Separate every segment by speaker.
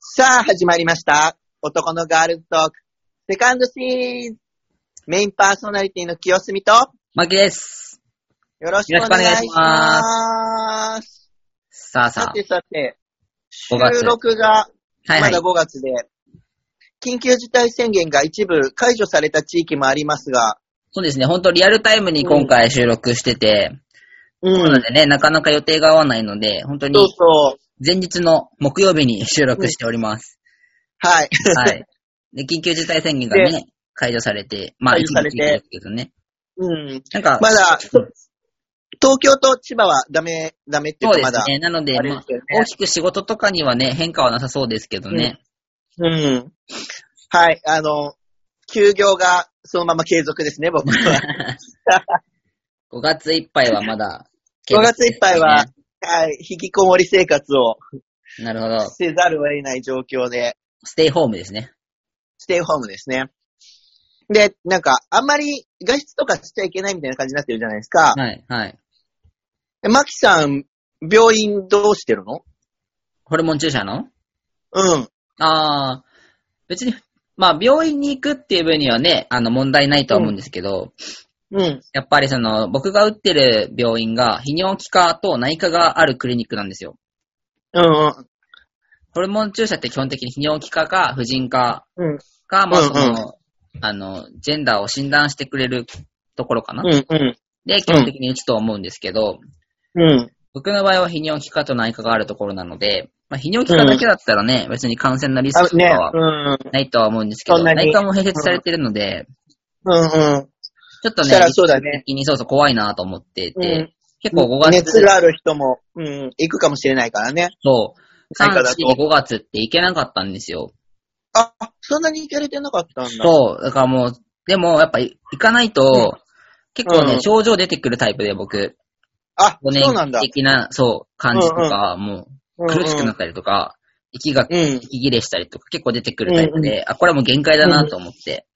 Speaker 1: さあ、始まりました。男のガールズトーク、セカンドシーズン。メインパーソナリティの清澄と、
Speaker 2: マキです。
Speaker 1: よろしくお願いします。
Speaker 2: さあ
Speaker 1: さ
Speaker 2: さ
Speaker 1: てさて、収
Speaker 2: 5月
Speaker 1: 録が
Speaker 2: あ。はいは
Speaker 1: ま
Speaker 2: い
Speaker 1: だ。5月で、緊急事態宣言が一部解除された地域もありますが、
Speaker 2: そうですね。本当リアルタイムに今回収録してて、
Speaker 1: う
Speaker 2: なのでね、なかなか予定が合わないので、本
Speaker 1: そ
Speaker 2: 当
Speaker 1: う
Speaker 2: に
Speaker 1: そう。
Speaker 2: 前日の木曜日に収録してお ります。
Speaker 1: はい。
Speaker 2: はい。で、緊急事態宣言がね、解除されて、まあ、
Speaker 1: 解除
Speaker 2: 一
Speaker 1: され
Speaker 2: 部
Speaker 1: て
Speaker 2: 聞いてるけどね。
Speaker 1: うん。
Speaker 2: なんか、
Speaker 1: まだ、東京と千葉はダメ、ダメってい
Speaker 2: そう
Speaker 1: うか
Speaker 2: で
Speaker 1: ますだ。
Speaker 2: ね。なので、
Speaker 1: あれ
Speaker 2: ま
Speaker 1: で
Speaker 2: あ
Speaker 1: すよね、
Speaker 2: 大きく仕事とかにはね、変化はなさそうですけどね。
Speaker 1: うん。はい、あの、休業がそのまま継続ですね、僕は。
Speaker 2: 5月いっぱいは まだ、
Speaker 1: 5月いっぱいは、はい、引きこもり生活を
Speaker 2: なるほど。
Speaker 1: せざるを得ない状況で、
Speaker 2: ステイホームですね。
Speaker 1: ステイホームですね。で、なんか、あんまり外出とかしちゃいけないみたいな感じになってるじゃないですか。
Speaker 2: はい、はい。
Speaker 1: でマキさん、病院どうしてるの
Speaker 2: ホルモン注射の
Speaker 1: うん。
Speaker 2: ああ、別に、まあ、病院に行くっていう分にはね、あの、問題ないとは思うんですけど、
Speaker 1: うん。
Speaker 2: やっぱりその、僕が打ってる病院が、泌尿器科と内科があるクリニックなんですよ。
Speaker 1: うん。
Speaker 2: ホルモン注射って基本的に泌尿器科か、婦人科
Speaker 1: うん。
Speaker 2: か、まあ、その、
Speaker 1: うん
Speaker 2: あの、ジェンダーを診断してくれるところかな。
Speaker 1: うん。うん。
Speaker 2: で、基本的に打つと思うんですけど、
Speaker 1: うん。
Speaker 2: 僕の場合は泌尿器科と内科があるところなので、まあ、泌尿器科だけだったらね、別に感染のリス
Speaker 1: あ
Speaker 2: クとか
Speaker 1: ね
Speaker 2: は、
Speaker 1: うん。
Speaker 2: ないとは思うんですけど、
Speaker 1: そんなに
Speaker 2: 内科も併設されてるので、
Speaker 1: うん。うん。
Speaker 2: ちょっと
Speaker 1: し
Speaker 2: ね、
Speaker 1: たらそうだね
Speaker 2: 一時的にそうそう怖いなと思ってて、
Speaker 1: うん
Speaker 2: 結構5月
Speaker 1: 熱、がある人も、うん、行くかもしれないからね。
Speaker 2: そう、
Speaker 1: 内
Speaker 2: 3、
Speaker 1: 科だと
Speaker 2: 4、5月って行けなかったんですよ。
Speaker 1: あ、そんなに行かれてなかったんだ。
Speaker 2: そう、だからもう、でもやっぱ行かないと、結構ね、
Speaker 1: うん
Speaker 2: 症状出てくるタイプで僕、
Speaker 1: あ、
Speaker 2: 5
Speaker 1: そうなん
Speaker 2: 年
Speaker 1: だ。
Speaker 2: 的な、そう、感じとか、も
Speaker 1: う
Speaker 2: うん苦しくなったりとか、息が、
Speaker 1: うん。
Speaker 2: 息切れしたりとか結構出てくるタイプで、あ、これはもう限界だなと思って、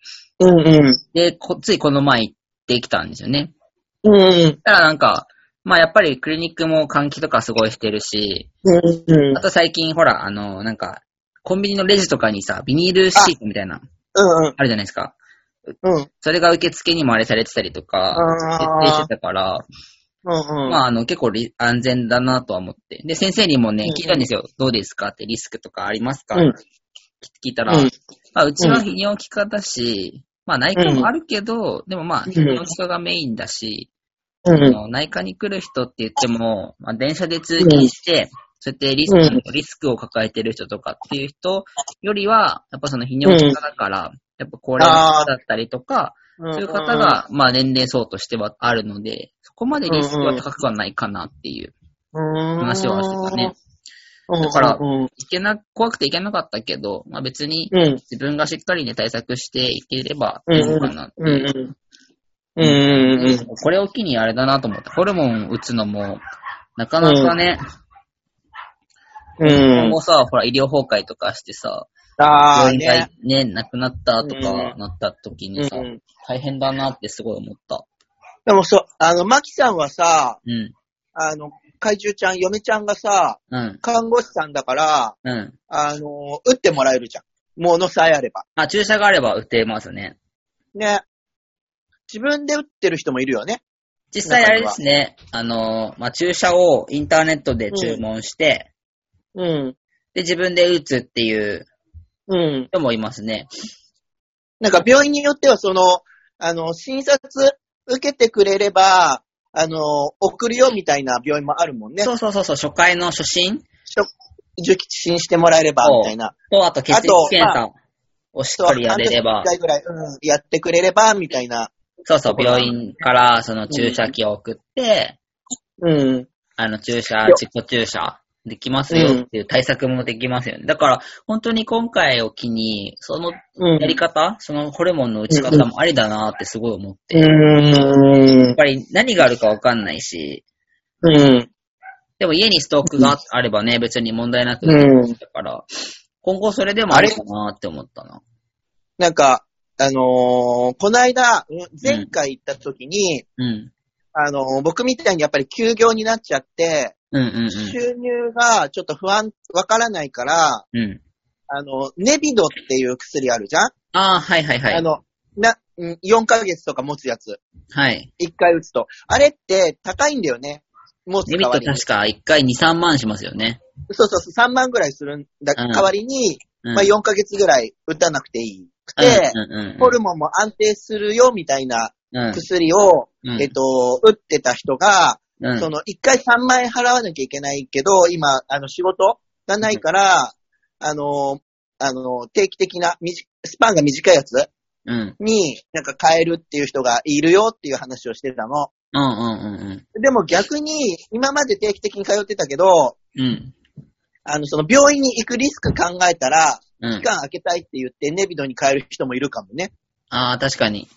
Speaker 1: うんうん。
Speaker 2: で、こついこの前行ってきたんですよね。
Speaker 1: うんうん。
Speaker 2: だからなんか、まあやっぱりクリニックも換気とかすごいしてるし、
Speaker 1: うんうん
Speaker 2: あと最近ほら、あの、なんか、コンビニのレジとかにさ、ビニールシートみたいな、
Speaker 1: うん
Speaker 2: あるじゃないですか。
Speaker 1: うん。うん。
Speaker 2: それが受付にもあれされてたりとか、徹底し
Speaker 1: あ
Speaker 2: てたから、
Speaker 1: ー。
Speaker 2: まあ、あの、結構り安全だなとは思って。で、先生にもね
Speaker 1: うんうん、
Speaker 2: 聞いたんですよ。どうですかって、リスクとかありますか、
Speaker 1: うん
Speaker 2: 聞いたら、
Speaker 1: うん
Speaker 2: まあ、うちは泌尿器科だし、まあ、内科もあるけど、でもまあ、
Speaker 1: うん
Speaker 2: 泌尿器科がメインだ
Speaker 1: う
Speaker 2: し、
Speaker 1: ん
Speaker 2: あの内科に来る人って言っても、まあ、電車で通勤して、そうやってリスク,、
Speaker 1: う
Speaker 2: リスクを抱えてる人とかっていう人よりは、やっぱその泌尿器科だから、やっぱ高齢の方だったりとか、
Speaker 1: うん。
Speaker 2: そういう方が、まあ年齢層としてはあるので、そこまでリスクは高くはないかなっていう
Speaker 1: 話
Speaker 2: 話はしてたね。。
Speaker 1: だ
Speaker 2: だから
Speaker 1: うん。
Speaker 2: いけな、怖くていけなかったけど、まあ別に
Speaker 1: うん。
Speaker 2: 自分がしっかりね対策していければいいのかなって
Speaker 1: う。
Speaker 2: いうん
Speaker 1: うん。うん。うん。
Speaker 2: これを機にあれだなと思って、ホルモン打つのも、なかなかね、
Speaker 1: うん
Speaker 2: 今。後さ、ほら、医療崩壊とかしてさ、
Speaker 1: ああ、
Speaker 2: 病院が
Speaker 1: ね。
Speaker 2: ね、亡くなったと
Speaker 1: う
Speaker 2: かなった時
Speaker 1: う
Speaker 2: にさ、
Speaker 1: ん。
Speaker 2: 大変だなってすごい思った。
Speaker 1: でもそう、あの、マキさんはさ、
Speaker 2: うん、
Speaker 1: あの、怪獣ちゃん、嫁ちゃんがさ、
Speaker 2: うん、
Speaker 1: 看護師さんだから、
Speaker 2: うん。
Speaker 1: あの、打ってもらえるじゃん。ものさえあれば。
Speaker 2: あ、注射があれば打てますね。
Speaker 1: ね。自分で打ってる人もいるよね。
Speaker 2: 実際あれですね、あの、まあ、注射をインターネットで注文して、
Speaker 1: うん。
Speaker 2: で、自分で打つっていう
Speaker 1: うん。
Speaker 2: 人もいますね。
Speaker 1: なんか病院によっては、その、あの、診察受けてくれれば、あの、送るよみたいな病院もあるもんね。
Speaker 2: そうそうそうそう、初回の初診
Speaker 1: 受診してもらえれば、
Speaker 2: そう
Speaker 1: みたいな。
Speaker 2: と、あと血
Speaker 1: あ
Speaker 2: 液
Speaker 1: と
Speaker 2: 検査をしっかりやれれば
Speaker 1: 半、年に一回ぐらい、うん、やってくれれば、みたいな。
Speaker 2: そうそう、病院からその注射器を送って、
Speaker 1: うん。
Speaker 2: あの、注射
Speaker 1: よ、
Speaker 2: 自己注射できますよっていう対策もできますよね。だから、本当に今回を機に、その
Speaker 1: うん
Speaker 2: やり方、そのホルモンの打ち方もありだなってすごい思って。やっ
Speaker 1: うん。
Speaker 2: ぱり何があるかわかんないし、
Speaker 1: うん。
Speaker 2: でも家にストックがあればね、別に問題なく打
Speaker 1: う
Speaker 2: てたから、今後それでもありかなって思ったな。
Speaker 1: なんか、あのーこの間、うん前回行った時に、
Speaker 2: うん。
Speaker 1: あのー僕みたいにやっぱり休業になっちゃって、
Speaker 2: うんうん
Speaker 1: 収入がちょっと不安、わからないから、
Speaker 2: うん。うん。
Speaker 1: あの、ネビドっていう薬あるじゃん、
Speaker 2: ああ、はいはいはい。
Speaker 1: あの、な、うん4ヶ月とか持つやつ。
Speaker 2: はい。
Speaker 1: 1回打つと。あれって高いんだよね。持つ
Speaker 2: デビ
Speaker 1: 代わ
Speaker 2: ット
Speaker 1: りに。
Speaker 2: 確か1回2、3万しますよね。
Speaker 1: そうそうそう、3万ぐらいするんだ、
Speaker 2: うん
Speaker 1: 代わりに、
Speaker 2: うん、
Speaker 1: まあ、4ヶ月ぐらい打たなくていいく
Speaker 2: うん
Speaker 1: て、
Speaker 2: うんうんうん、
Speaker 1: ホルモンも安定するよみたいな
Speaker 2: うん
Speaker 1: 薬を、
Speaker 2: うん
Speaker 1: えっと、打ってた人が、
Speaker 2: うん
Speaker 1: その1回3万円払わなきゃいけないけど、今、あの、仕事がないから、あの、あの、定期的な、みじスパンが短いやつ
Speaker 2: うん。
Speaker 1: に、なんか変えるっていう人がいるよっていう話をしてたの。
Speaker 2: うんうんうん
Speaker 1: でも逆に、今まで定期的に通ってたけど、
Speaker 2: うん。うん。
Speaker 1: あの、その病院に行くリスク考えたら、
Speaker 2: う
Speaker 1: 期
Speaker 2: ん。
Speaker 1: 間空けたいって言って、ネビドに変える人もいるかもね。
Speaker 2: ああ、確かに。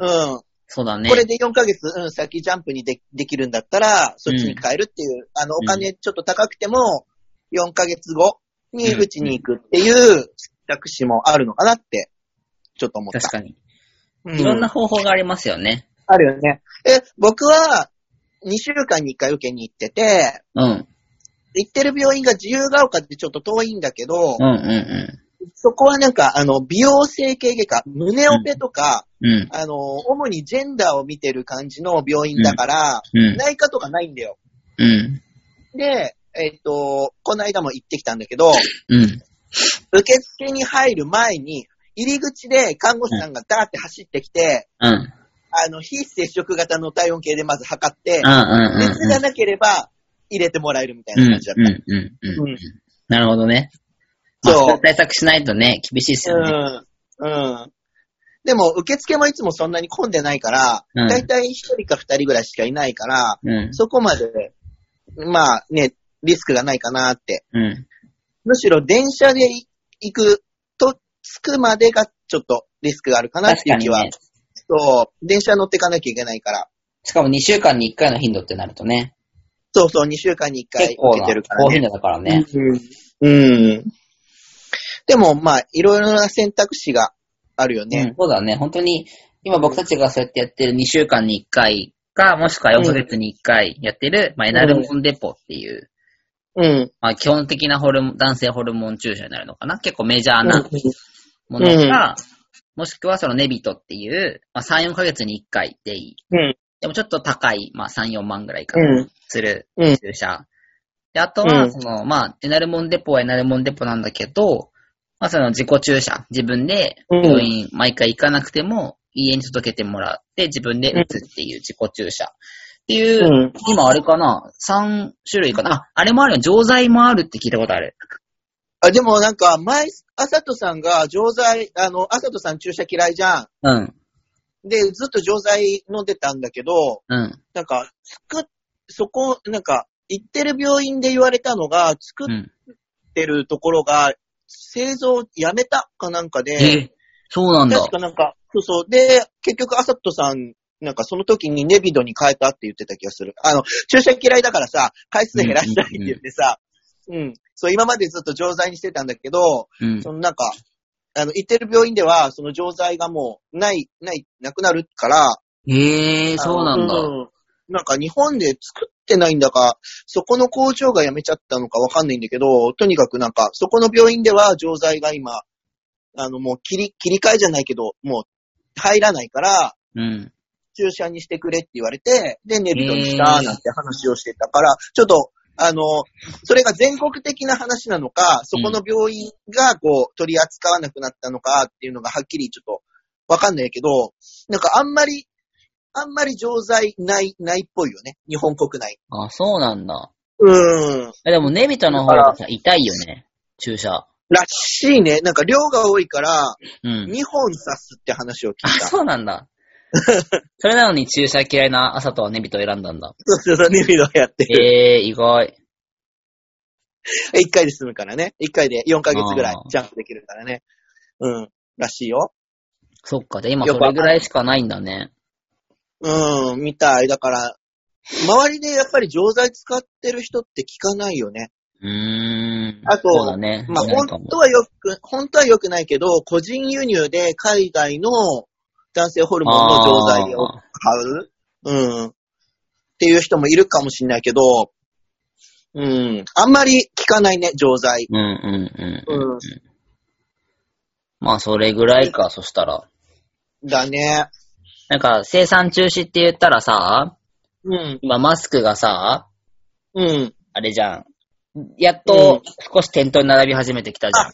Speaker 1: うん。
Speaker 2: そうだね。
Speaker 1: これで4ヶ月、うん、先ジャンプにでできるんだったら、そっちに変えるっていう、あの、お金ちょっと高くても、4ヶ月後に
Speaker 2: うん
Speaker 1: 打ちに行くっていう選択肢もあるのかなって、ちょっと思った。
Speaker 2: 確かに。
Speaker 1: うん
Speaker 2: いろんな方法がありますよね。
Speaker 1: あるよね。え、僕は、2週間に1回受けに行ってて、
Speaker 2: うん。
Speaker 1: 行ってる病院が自由が丘ってちょっと遠いんだけど
Speaker 2: うん、う
Speaker 1: そこはなんか、あの、美容整形外科、胸オペとか、
Speaker 2: んうん。うん。
Speaker 1: あの、主にジェンダーを見てる感じの病院だから、
Speaker 2: うん。
Speaker 1: 内科とかないんだよ。
Speaker 2: うん。
Speaker 1: で、えっ、と、この間も行ってきたんだけど、
Speaker 2: うん。
Speaker 1: 受付に入る前に、入り口で看護師さんがダーって走ってきて、
Speaker 2: うん。うん。
Speaker 1: あの、非接触型の体温計でまず測って、
Speaker 2: うん。うん。
Speaker 1: 熱がなければ入れてもらえるみたい
Speaker 2: うん。
Speaker 1: な感
Speaker 2: う
Speaker 1: じだっ
Speaker 2: ん。うん。
Speaker 1: う
Speaker 2: うんん。なるほどね。ま
Speaker 1: た。
Speaker 2: あそうい
Speaker 1: そう
Speaker 2: う。対策しないとね、厳しいですよね。
Speaker 1: うん。うん。でも、受付もいつもそんなに混んでないから、
Speaker 2: うん
Speaker 1: だいたい一人か二人ぐらいしかいないから、
Speaker 2: うん。
Speaker 1: そこまで、まあね、リスクがないかなって。
Speaker 2: うん。
Speaker 1: むしろ電車で行くと、着くまでがちょっとリスクがあるかなっ
Speaker 2: 確
Speaker 1: てい
Speaker 2: か
Speaker 1: う気
Speaker 2: に
Speaker 1: は。
Speaker 2: ね。
Speaker 1: そう、電車乗っていかなきゃいけないから。
Speaker 2: しかも2週間に1回の頻度ってなるとね、
Speaker 1: そうそう、2週間に1回
Speaker 2: 結構
Speaker 1: 受け
Speaker 2: な
Speaker 1: てるから
Speaker 2: 高頻
Speaker 1: ね。
Speaker 2: 度だからね。
Speaker 1: うん。うん。でも、まあ、いろいろな選択肢があるよね。
Speaker 2: うんそうだね。本当に、今僕たちがそうやってやってる2週間に1回か、もしくは4ヶ月に1回やってる、まあ、エナルモンデポっていう、
Speaker 1: うん。
Speaker 2: まあ、基本的なホルモン、男性ホルモン注射になるのかな。結構メジャー
Speaker 1: う
Speaker 2: なんものか、もしくはそのネビトっていう、まあ、3、4ヶ月に1回でいい。
Speaker 1: うん。
Speaker 2: でもちょっと高い、まあ、3、4万ぐらいか
Speaker 1: う。
Speaker 2: なんする
Speaker 1: うん。
Speaker 2: 注射。で、あと
Speaker 1: う
Speaker 2: は、
Speaker 1: ん
Speaker 2: その、まあ、エナルモンデポはエナルモンデポなんだけど、まあ、その自己注射、自分で
Speaker 1: うん
Speaker 2: 病院毎回行かなくても、家に届けてもらって、自分で打つっていう自己注射。っていうう、
Speaker 1: ん。
Speaker 2: 今あれかな ?3 種類かなあ、あれもあるよ。錠剤もあるって聞いたことある。
Speaker 1: あ、でもなんか、前、あさとさんが錠剤、あの、あさとさん注射嫌いじゃ
Speaker 2: うん、
Speaker 1: ん。で、ずっと錠剤飲んでたんだけど、
Speaker 2: うん、
Speaker 1: なんか、作っ、そこ、なんか、行ってる病院で言われたのが、作
Speaker 2: う
Speaker 1: っ
Speaker 2: ん。
Speaker 1: てるところが、製造やめたかなんか
Speaker 2: え
Speaker 1: で、
Speaker 2: そうなんだ
Speaker 1: 確。かなんか、そうそう。で、結局、アサットさん、なんかその時にネビドに変えたって言ってた気がする。あの、注射嫌いだからさ、回数減らしたいって言ってさ、うん。そう、今までずっと錠剤にしてたんだけど、
Speaker 2: うん
Speaker 1: そのなんか、あの、行ってる病院では、その錠剤がもう、ない、ない、なくなるから、
Speaker 2: ええー、そうなんだ。
Speaker 1: うんなんか日本で作ってないんだか、そこの工場が辞めちゃったのかわかんないんだけど、とにかくなんか、そこの病院では錠剤が今、あのもう切り、切り替えじゃないけど、もう入らないから、
Speaker 2: うん。
Speaker 1: 注射にしてくれって言われて、で、ネビトにし
Speaker 2: へ
Speaker 1: た、
Speaker 2: ー
Speaker 1: なんて話をしてたから、ちょっと、あの、それが全国的な話なのか、そこの病院がこう、取り扱わなくなったのかっていうのがはっきりちょっとわかんないけど、なんかあんまり、あんまり錠剤ない、ないっぽいよね。日本国内。
Speaker 2: あ、そうなんだ。
Speaker 1: うーん。
Speaker 2: えでも、ネビトの方がさ、痛いよね。注射。
Speaker 1: らしいね。なんか量が多いから、
Speaker 2: うん。
Speaker 1: 2本刺すって話を聞い
Speaker 2: あ、
Speaker 1: た。
Speaker 2: そうなん だ。それなのに注射嫌いな朝とはネビトを選んだんだ。
Speaker 1: そうそうそう、ネビドやってる。
Speaker 2: ええー、意外。
Speaker 1: 1回で済むからね。1回で4ヶ月ぐらい
Speaker 2: あー
Speaker 1: ジャンプできるからね。うん。らしいよ。
Speaker 2: そっか、じゃあ今それぐらいしかないんだね。
Speaker 1: うん、みたい。だから、周りでやっぱり錠剤使ってる人って聞かないよね。
Speaker 2: うーん。
Speaker 1: あと
Speaker 2: そうだね。
Speaker 1: まあ、
Speaker 2: いないか
Speaker 1: 本
Speaker 2: も
Speaker 1: 当はよく、本当は良くないけど、個人輸入で海外の男性ホルモンの錠剤を
Speaker 2: あー
Speaker 1: 買ううん。っていう人もいるかもしれないけど、うん。あんまり聞かないね、錠剤。
Speaker 2: うんうんうん。
Speaker 1: うん。
Speaker 2: まあ、それぐらいか、そしたら。
Speaker 1: だね。
Speaker 2: なんか、生産中止って言ったらさ、
Speaker 1: うん。
Speaker 2: 今マスクがさ、
Speaker 1: うん。
Speaker 2: あれじゃん。やっと
Speaker 1: う
Speaker 2: 少し店頭に並び始めてきたじゃん。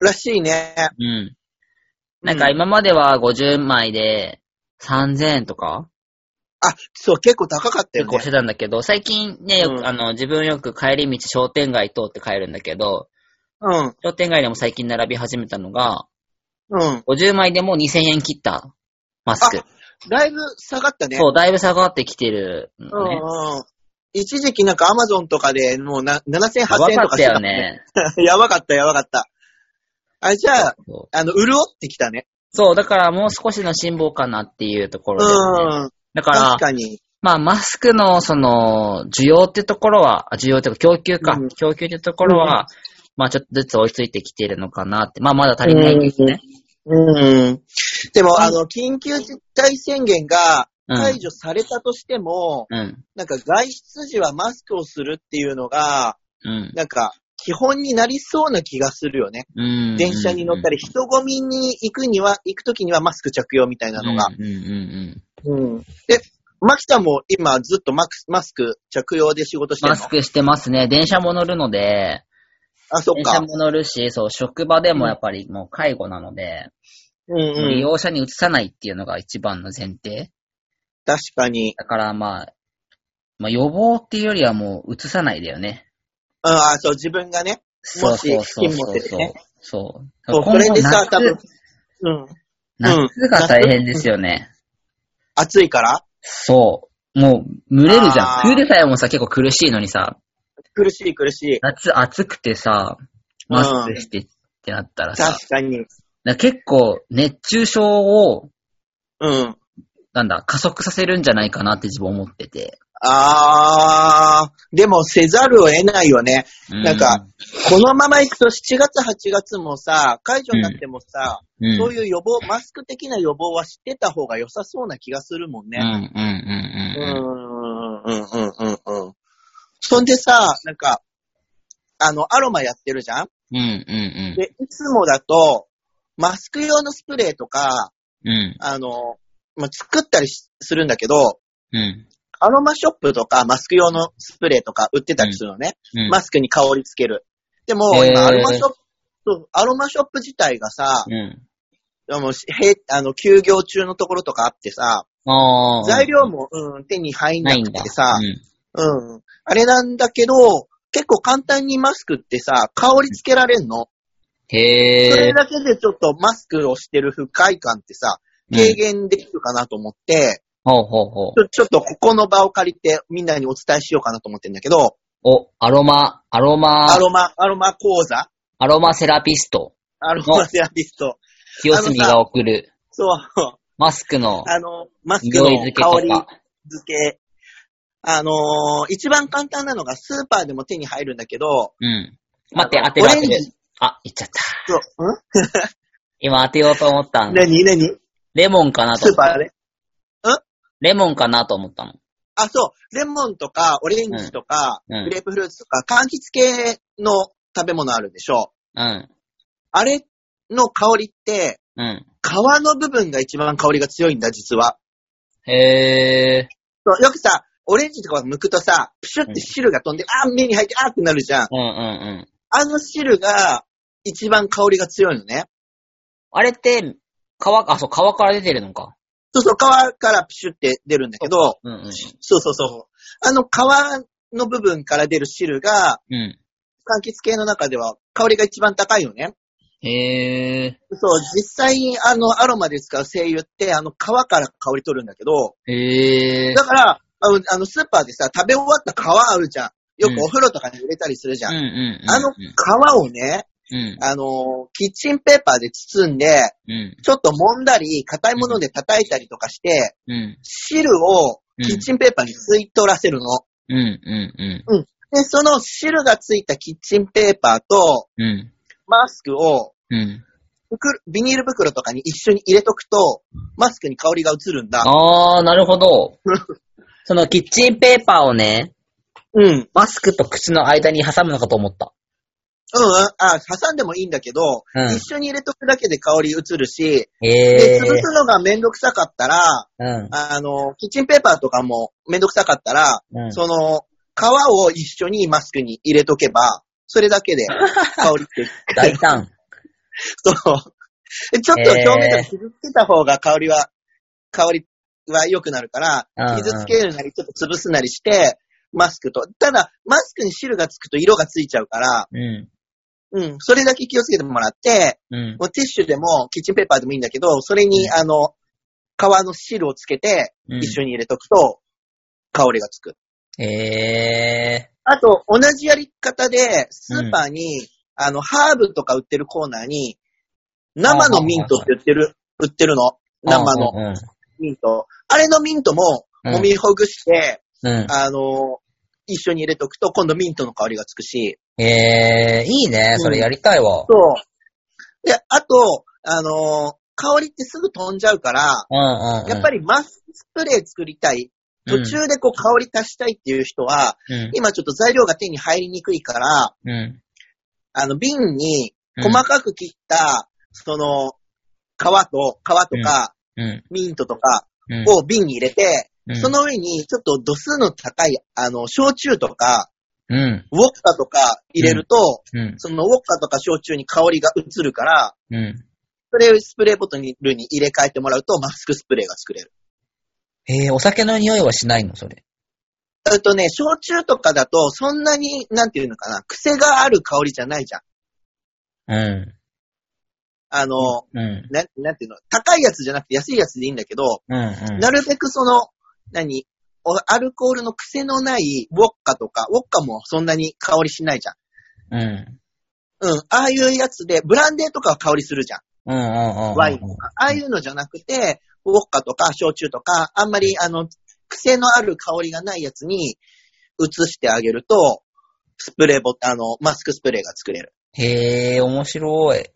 Speaker 1: らしいね。
Speaker 2: うん。なんか今までは50枚で3000円とか
Speaker 1: あ、そう、結構高かったよね。
Speaker 2: 結構してたんだけど、最近ね、よく
Speaker 1: うん
Speaker 2: あの、自分よく帰り道商店街通って帰るんだけど、
Speaker 1: うん。
Speaker 2: 商店街でも最近並び始めたのが、
Speaker 1: うん。
Speaker 2: 50枚でもう2000円切ったマスク。
Speaker 1: だいぶ下がったね。
Speaker 2: そう、だいぶ下がってきてる
Speaker 1: うん
Speaker 2: のね。
Speaker 1: うん。一時期なんかアマゾンとかでもうな7000、
Speaker 2: やば
Speaker 1: 8000円と
Speaker 2: か
Speaker 1: か
Speaker 2: っ
Speaker 1: し
Speaker 2: た
Speaker 1: てた
Speaker 2: よ
Speaker 1: もんね。
Speaker 2: ね。
Speaker 1: やばかった、や ばかった。あ、じゃあ、
Speaker 2: そう
Speaker 1: あの、潤ってきたね。
Speaker 2: そう、だからもう少しの辛抱かなっていうとこ
Speaker 1: う
Speaker 2: ろですね。
Speaker 1: ん。
Speaker 2: だから
Speaker 1: 確、かに。
Speaker 2: まあ、マスクの、その、需要ってところは、あ需要というか、供給か、
Speaker 1: うん
Speaker 2: 供給ってところは、まあ、ちょっとずつ追いついてきてるのかなって、まあ、まだ足りないですね。
Speaker 1: うん。でも、あの、緊急事態宣言が
Speaker 2: うん。
Speaker 1: 解除されたとしても、
Speaker 2: うん。
Speaker 1: なんか外出時はマスクをするっていうのが、
Speaker 2: うん。
Speaker 1: なんか、基本になりそうな気がするよね。
Speaker 2: うん。
Speaker 1: 電車に乗った
Speaker 2: り
Speaker 1: り、人混みに行くには、行くときにはマスク着用みたいなのが。
Speaker 2: うんうんうん。
Speaker 1: うん。で、マキさんも今ずっとマクマスク着用で仕事してる
Speaker 2: マ
Speaker 1: の
Speaker 2: スクしてますね。電車も乗るので、
Speaker 1: あ、そっ
Speaker 2: 電車
Speaker 1: か。
Speaker 2: も乗るし、そう、職場でもやっぱりもう介護なので、
Speaker 1: うん
Speaker 2: 利
Speaker 1: うん。
Speaker 2: 用者に移さないっていうのが一番の前提。
Speaker 1: 確かに。
Speaker 2: だからまあ、まあ予防っていうよりはもう移さないだよね。
Speaker 1: うんあ、そう、自分がね。
Speaker 2: そうそうそう
Speaker 1: もし資金持っ
Speaker 2: そう
Speaker 1: ててね
Speaker 2: そう。
Speaker 1: そう、
Speaker 2: 今
Speaker 1: そ
Speaker 2: 後
Speaker 1: れでさ、
Speaker 2: 夏
Speaker 1: 多分。うん。うん
Speaker 2: 夏が大変ですよね。
Speaker 1: 暑いから
Speaker 2: そう。もう、蒸れるじ
Speaker 1: あ
Speaker 2: ゃん。
Speaker 1: ー
Speaker 2: 冬でさえもさ、結構苦しいのにさ、
Speaker 1: 苦しい苦しい。
Speaker 2: 夏暑くてさ、マスクしてってなったらさ、
Speaker 1: 確かに。
Speaker 2: だから結構熱中症を、
Speaker 1: うん。
Speaker 2: なんだ、加速させるんじゃないかなって自分思ってて。
Speaker 1: あー、でもせざるを得ないよね。
Speaker 2: う
Speaker 1: なんか、このまま行くと7月8月もさ、解除になってもさ、
Speaker 2: うん、
Speaker 1: そう
Speaker 2: い
Speaker 1: いう予防、マスク的な予防は知ってた方が良さそうな気がするもん
Speaker 2: うん、う
Speaker 1: ね。
Speaker 2: ん、
Speaker 1: うん、
Speaker 2: うん、
Speaker 1: う
Speaker 2: う
Speaker 1: ん、うん、う
Speaker 2: ん。
Speaker 1: ん、うん、うん。そんでさ、なんか、あの、アロマやってるじゃん
Speaker 2: うん、うん、
Speaker 1: で、いつもだと、マスク用のスプレーとか、
Speaker 2: うん。うん、
Speaker 1: あの、まあ、作ったりしするんだけど、
Speaker 2: うん。
Speaker 1: アロマショップとかマスク用のスプレーとか売ってたりするのね。
Speaker 2: うん
Speaker 1: マスクに香りつける。でも、
Speaker 2: へー
Speaker 1: 今アロマショップ、そうアロマショップ自体がさ、
Speaker 2: うん。
Speaker 1: でもへあの休業中のところとかあってさ、
Speaker 2: あー
Speaker 1: 材料も、うん、手に入んな
Speaker 2: ないん
Speaker 1: く
Speaker 2: だ。
Speaker 1: てさ
Speaker 2: う、ん
Speaker 1: うん、あれなんだけど、結構簡単にマスクってさ、香りつけられんの。
Speaker 2: へ
Speaker 1: そ
Speaker 2: ー
Speaker 1: れだけでちょっとマスクをしてる不快感ってさ、軽減できるかなと思って、
Speaker 2: うんほうほうほう。
Speaker 1: ちょちょっとここの場を借りてみんなにお伝えしようかなと思ってんだけど、
Speaker 2: お、アロマ、アロマ、
Speaker 1: ア
Speaker 2: アロ
Speaker 1: ロマ、アロマ講座
Speaker 2: マセラピスト、
Speaker 1: アロマセラピスト。
Speaker 2: 清澄が送る、
Speaker 1: そう。
Speaker 2: マスクの
Speaker 1: あの、マスク
Speaker 2: 匂
Speaker 1: の
Speaker 2: い付けと
Speaker 1: 香り
Speaker 2: か。
Speaker 1: 付け。あのー一番簡単なのがスーパーでも手に入るんだけど、
Speaker 2: うん。待って、
Speaker 1: あの
Speaker 2: 当てる
Speaker 1: オ
Speaker 2: 当
Speaker 1: レン
Speaker 2: て
Speaker 1: ジ
Speaker 2: る。あ、いっちゃった。
Speaker 1: そう、ん
Speaker 2: 今当てようと思ったの。
Speaker 1: 何何
Speaker 2: レモンかなと
Speaker 1: ス
Speaker 2: 思
Speaker 1: ー
Speaker 2: った。
Speaker 1: パーで
Speaker 2: レモンかなと思ったの。
Speaker 1: あ、そう。レモンとか、オレンジとか、
Speaker 2: うんうん
Speaker 1: グレープフルーツとか、柑橘系の食べ物あるでしょ。
Speaker 2: うん。
Speaker 1: あれの香りって、
Speaker 2: う
Speaker 1: 皮の部分が一番香りが強いんだ、実は。
Speaker 2: ん。へー。
Speaker 1: そうよくさ、オレンジとか剥くとさ、プシュって汁が飛んで、あー、目に入って、あーってなるじゃん。
Speaker 2: うんうんうん。
Speaker 1: あの汁が一番香りが強いのね。
Speaker 2: あれって、皮、あ、そう、皮から出てるのか。
Speaker 1: そうそう、皮からプシュって出るんだけど、
Speaker 2: うんうん。
Speaker 1: そうそうそう。あの皮の部分から出る汁が、
Speaker 2: う
Speaker 1: 柑橘系の中では香りが一番高いよね。
Speaker 2: ん。へー。
Speaker 1: そう、実際にあのアロマで使う精油って、あの皮から香り取るんだけど、
Speaker 2: へー
Speaker 1: だ。から、あの、あのスーパーでさ、食べ終わった皮あるじゃん。よ
Speaker 2: うん
Speaker 1: くお風呂とかに売れたりするじゃ
Speaker 2: うん
Speaker 1: ん。
Speaker 2: うんうんうん。
Speaker 1: あの皮をね、
Speaker 2: うん。
Speaker 1: あのーキッチンペーパーで包んで、
Speaker 2: うん。
Speaker 1: ちょっと揉んだり、硬いもので叩いたりとかして、
Speaker 2: うん。
Speaker 1: 汁を
Speaker 2: うん
Speaker 1: キッチンペーパーに吸い取らせるの。
Speaker 2: うんうん
Speaker 1: で、その汁がついたキッチンペーパーと
Speaker 2: うん。うん。
Speaker 1: マスクを
Speaker 2: うん。
Speaker 1: 袋ビニール袋とかに一緒に入れとくと、マスクに香りが移るんだ。
Speaker 2: あー、なるほ ど。そのキッチンペーパーをね、
Speaker 1: うん。
Speaker 2: マスクと口の間に挟むのかと思った。
Speaker 1: うんうん。あ、挟んでもいいんだけど、
Speaker 2: うん
Speaker 1: 一緒に入れとくだけで香り移るし、
Speaker 2: え
Speaker 1: で、
Speaker 2: え
Speaker 1: 潰すのがめんどくさかったら、
Speaker 2: うん。
Speaker 1: あの、キッチンペーパーとかもめんどくさかったら、
Speaker 2: うん。
Speaker 1: その、皮を一緒にマスクに入れとけば、それだけ で香りって、
Speaker 2: 大胆。
Speaker 1: そう。でちょっと表面とか傷つけた方が香りは、香りは良くなるから
Speaker 2: うんう、ん
Speaker 1: 傷つけるなりちょっと潰すなりして、マスクと。ただ、マスクに汁がつくと色がついちゃうから、
Speaker 2: う
Speaker 1: うん、それだけ気をつけてもらって、
Speaker 2: ん。うん。
Speaker 1: もうティッシュでもキッチンペーパーでもいいんだけど、それに、
Speaker 2: うん
Speaker 1: あの、皮の汁をつけて、
Speaker 2: うん
Speaker 1: 一緒に入れとくと、香りがつく。
Speaker 2: ええ
Speaker 1: あと、同じやり方で、スーパーに、あの、ハーブとか売ってるコーナーに、生のミントって売ってる、売ってるの。生の
Speaker 2: うん。
Speaker 1: ミント。あれのミントも、
Speaker 2: うん
Speaker 1: 揉みほぐして、
Speaker 2: うん。
Speaker 1: あの、一緒に入れとくと、今度ミントの香りがつくし。
Speaker 2: ええいいね。それやりたいわ。
Speaker 1: そう。で、あと、あの、香りってすぐ飛んじゃうから、
Speaker 2: うんうんうん。
Speaker 1: やっぱ
Speaker 2: り、
Speaker 1: りマスクスプレー作りたい。途中でこう香り足したいっていう人は、
Speaker 2: うん。
Speaker 1: 今ちょっと材料が手に入りにくいから、
Speaker 2: うん。
Speaker 1: あの、瓶に
Speaker 2: うん
Speaker 1: 細かく切った、その、皮と、皮とか、
Speaker 2: うん。
Speaker 1: ミントとか
Speaker 2: うん。
Speaker 1: を瓶に入れて、
Speaker 2: うん
Speaker 1: そ、の上にちょっと度数の高い、あの、焼酎とか、
Speaker 2: うん。
Speaker 1: ウォッカとか入れると、
Speaker 2: うん。
Speaker 1: そのウォッカとか焼酎に香りが移るから、
Speaker 2: うん。
Speaker 1: それをスプレーボトルに入れ替えてもらうと、マスクスプレーが作れる。
Speaker 2: ええお酒の匂いはしないのそれ。
Speaker 1: えっとね、焼酎とかだと、そんなに、なんていうのかな、癖がある香りじゃないじゃん。
Speaker 2: う
Speaker 1: あの、
Speaker 2: ん。うん。
Speaker 1: なん、なんていうの、高いやつじゃなくて安いやつでいいんだけど、
Speaker 2: うん。うん。
Speaker 1: なるべくその、何おアルコールの癖のないウォッカとか、ウォッカもそんなに香りしないじゃん。
Speaker 2: うん。
Speaker 1: うん。ああいうやつで、ブランデーとかは香りするじゃ。
Speaker 2: うんうんうんうんん。
Speaker 1: ワインとか。ああいうのじゃなくて、ウォッカとか焼酎とか、あんまりあの、癖のある香りがないやつに移してあげると、スプレーボ、あの、マスクスプレーが作れる。
Speaker 2: へえ、面白い。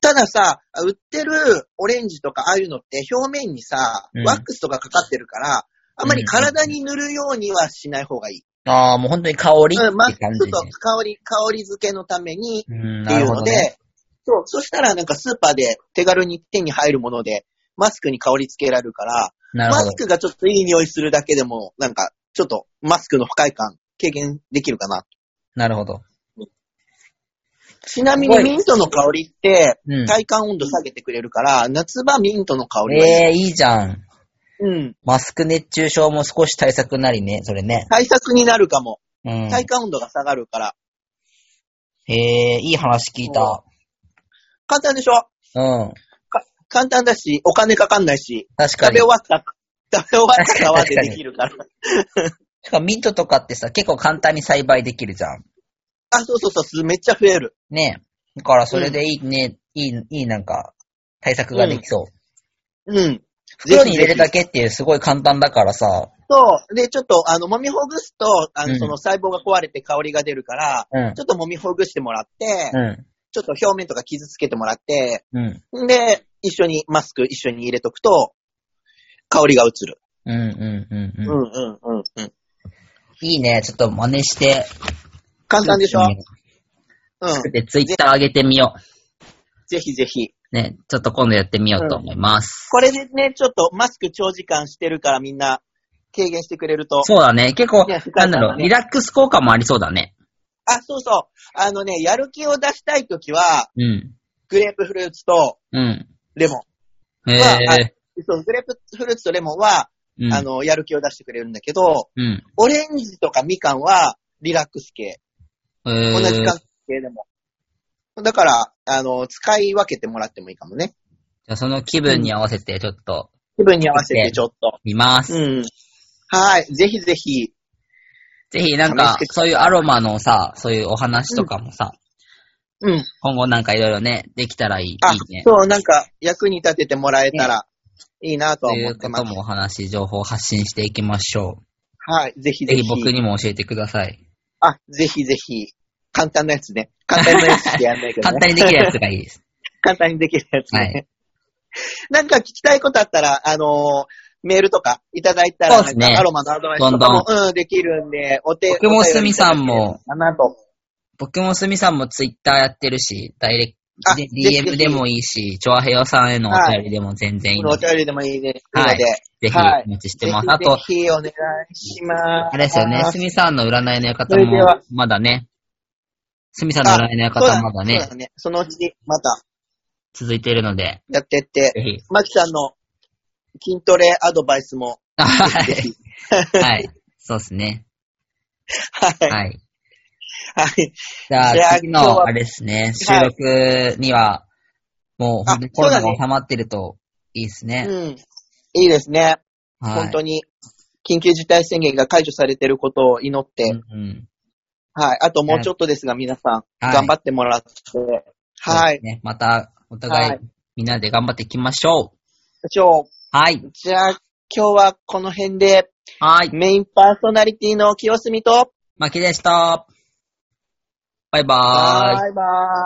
Speaker 1: たださ、売ってるオレンジとかああいうのって表面にさ
Speaker 2: うん、
Speaker 1: ワックスとかかかってるから、あんまり体に塗るようにはしない方がいい。
Speaker 2: ああ、もう本当に香り
Speaker 1: うん、マ
Speaker 2: っ
Speaker 1: ス
Speaker 2: て感
Speaker 1: ク
Speaker 2: じ
Speaker 1: と
Speaker 2: ね。
Speaker 1: 香り、香り付けのために
Speaker 2: うん、
Speaker 1: って
Speaker 2: ないる
Speaker 1: う
Speaker 2: ほ
Speaker 1: の
Speaker 2: ど
Speaker 1: で、
Speaker 2: ね。
Speaker 1: そう、そしたらなんかスーパーで手軽に手に入るもので、マスクに香り付けられるから、
Speaker 2: なる
Speaker 1: マ
Speaker 2: ほど
Speaker 1: ス。クがちょっといい匂いするだけでも、なんか、ちょっとマスクの不快感経験できるかな。
Speaker 2: なるほど。
Speaker 1: ちなみに
Speaker 2: すごい
Speaker 1: ミントの香りって、
Speaker 2: うん。
Speaker 1: 体感温度下げてくれるから、夏場ミントの香りがいい。
Speaker 2: ええいいじゃん。
Speaker 1: うん。
Speaker 2: マスク熱中症も少し対策なりね、それね。
Speaker 1: 対策になるかも。
Speaker 2: うん。
Speaker 1: 体感温度が下がるから。
Speaker 2: へえいい話聞いた。
Speaker 1: 簡単でしょ
Speaker 2: うん。
Speaker 1: 簡単だし、お金かかんないし、
Speaker 2: 確か
Speaker 1: 食べ
Speaker 2: に。
Speaker 1: 終わった、 食べ終わった皮でできるから。
Speaker 2: しかもミントとかってさ、結構簡単に栽培できるじゃん。
Speaker 1: あ、そうそうそう、めっちゃ増える。
Speaker 2: ねだからそれでいいね、いい、いいなんか、対策ができそう。
Speaker 1: うん。
Speaker 2: 袋に入れるだ
Speaker 1: け。
Speaker 2: けっていうすごい簡単だからさ。
Speaker 1: そう。で、ちょっと、あの、揉みほぐすと、あの、
Speaker 2: うん
Speaker 1: その細胞が壊れて香りが出るから、
Speaker 2: うん。
Speaker 1: ちょっと揉みほぐしてもらって、
Speaker 2: う
Speaker 1: ちょっと表面とか傷つけてもらって、
Speaker 2: ん。うん。
Speaker 1: んで、一緒に、マスク一緒に入れとくと、香りが移る。
Speaker 2: うんうんうん
Speaker 1: うん
Speaker 2: うん。
Speaker 1: うんうんうん。
Speaker 2: いいね。ちょっと真似して。
Speaker 1: 簡単でしょうん。
Speaker 2: で、ツイッター上げてみよ
Speaker 1: ぜひぜひ。
Speaker 2: う。ね。ちょっと今度やってみようと思います。
Speaker 1: これでね、ちょっとマスク長時間してるからみんな軽減してくれると。
Speaker 2: そうだね。結構
Speaker 1: ね、
Speaker 2: なんだろう、
Speaker 1: ね
Speaker 2: リラックス効果もありそうだね。
Speaker 1: あ、そうそう。あのね、やる気を出したいときは、
Speaker 2: うん。
Speaker 1: グレープフルーツと
Speaker 2: う
Speaker 1: レモン。
Speaker 2: ん。へ
Speaker 1: まあ
Speaker 2: え。
Speaker 1: そう、グレープフルーツとレモンは、
Speaker 2: うん
Speaker 1: あ。の、やる気を出してくれるんだけど、
Speaker 2: うん。
Speaker 1: オレンジとかみかんはリラックス系。
Speaker 2: へ
Speaker 1: 同
Speaker 2: ー
Speaker 1: じ関係でも。だから、あの、使い分けてもらってもいいかもね。
Speaker 2: じゃあその気分に合わせてちょっと
Speaker 1: 気分に合わせてちょっと。
Speaker 2: 見ます。
Speaker 1: うん。はい。ぜひぜひ。
Speaker 2: ぜひなんか
Speaker 1: 試して、
Speaker 2: そういうアロマのさ、そういうお話とかもさ、
Speaker 1: うん。
Speaker 2: 今後なんかいろいろね、できたらいいいい
Speaker 1: あ、
Speaker 2: ね。
Speaker 1: そう、なんか役に立ててもらえたらいいなとは
Speaker 2: とい
Speaker 1: 思っ
Speaker 2: う
Speaker 1: て
Speaker 2: こ
Speaker 1: ま
Speaker 2: と
Speaker 1: す。
Speaker 2: もお話、情報発信していきましょ
Speaker 1: はい。ぜひ
Speaker 2: う。
Speaker 1: ぜひ。
Speaker 2: ぜひ僕にも教えてください。
Speaker 1: あ、ぜひぜひ。簡単なやつね。簡単なやつってやんないけど、ね。
Speaker 2: 簡単にできるやつがいいです。
Speaker 1: 簡単にできるやつね。
Speaker 2: はい
Speaker 1: なんか聞きたいことあったら、あのーメールとかいただいたら、
Speaker 2: そうですね
Speaker 1: なんかアロマのアドバイスとかも、うん、できるんで、お手
Speaker 2: 僕もすみさんも、
Speaker 1: かなと。
Speaker 2: 僕もすみさんもツイッターやってるし、ダイレ
Speaker 1: あ
Speaker 2: ク
Speaker 1: ぜひぜ
Speaker 2: DM
Speaker 1: ひ
Speaker 2: でもいいし、チョアヘヨさんへのお便りでも全然いい
Speaker 1: お
Speaker 2: ので、
Speaker 1: 便りでもいいです
Speaker 2: は
Speaker 1: の
Speaker 2: い
Speaker 1: で、
Speaker 2: ぜひ
Speaker 1: はい
Speaker 2: お待ちし
Speaker 1: ぜ
Speaker 2: てます。あ
Speaker 1: ひ
Speaker 2: と、
Speaker 1: ぜひお願いします。
Speaker 2: あれですよね、すみさんの占いの
Speaker 1: そ
Speaker 2: 館
Speaker 1: れで
Speaker 2: も
Speaker 1: は、
Speaker 2: まだね、すみさんの占いの
Speaker 1: そうだ
Speaker 2: 館まだね
Speaker 1: そう、だね。そのうちまた
Speaker 2: 続いているので、
Speaker 1: やってって、
Speaker 2: ぜひ。
Speaker 1: マキさんの筋トレアドバイスも、
Speaker 2: は
Speaker 1: ぜひ
Speaker 2: い。。 はい。そうですね。
Speaker 1: はい。はい。
Speaker 2: はい。じゃ
Speaker 1: じゃあ
Speaker 2: あ、次
Speaker 1: 今日
Speaker 2: の、
Speaker 1: は
Speaker 2: あれですね、収
Speaker 1: はい
Speaker 2: 録には、もう本当に
Speaker 1: あ
Speaker 2: コロナ
Speaker 1: そうだ
Speaker 2: が
Speaker 1: ね
Speaker 2: 収まってるといいですね。
Speaker 1: うん。いいですね。
Speaker 2: はい
Speaker 1: 本当に、緊急事態宣言が解除されてることを祈って、
Speaker 2: うんうん
Speaker 1: はい。あともうちょっとですが、皆さん、
Speaker 2: はい
Speaker 1: 頑張ってもらって、は
Speaker 2: そうで
Speaker 1: い
Speaker 2: す。ね。また、お互い、
Speaker 1: はい
Speaker 2: みんなで頑張っていきましょう。
Speaker 1: じゃあ、
Speaker 2: はい。
Speaker 1: じゃあ今日はこの辺で、
Speaker 2: はい。
Speaker 1: メインパーソナリティの清澄と、
Speaker 2: まきでした。バイバーイ。
Speaker 1: バイバーイ。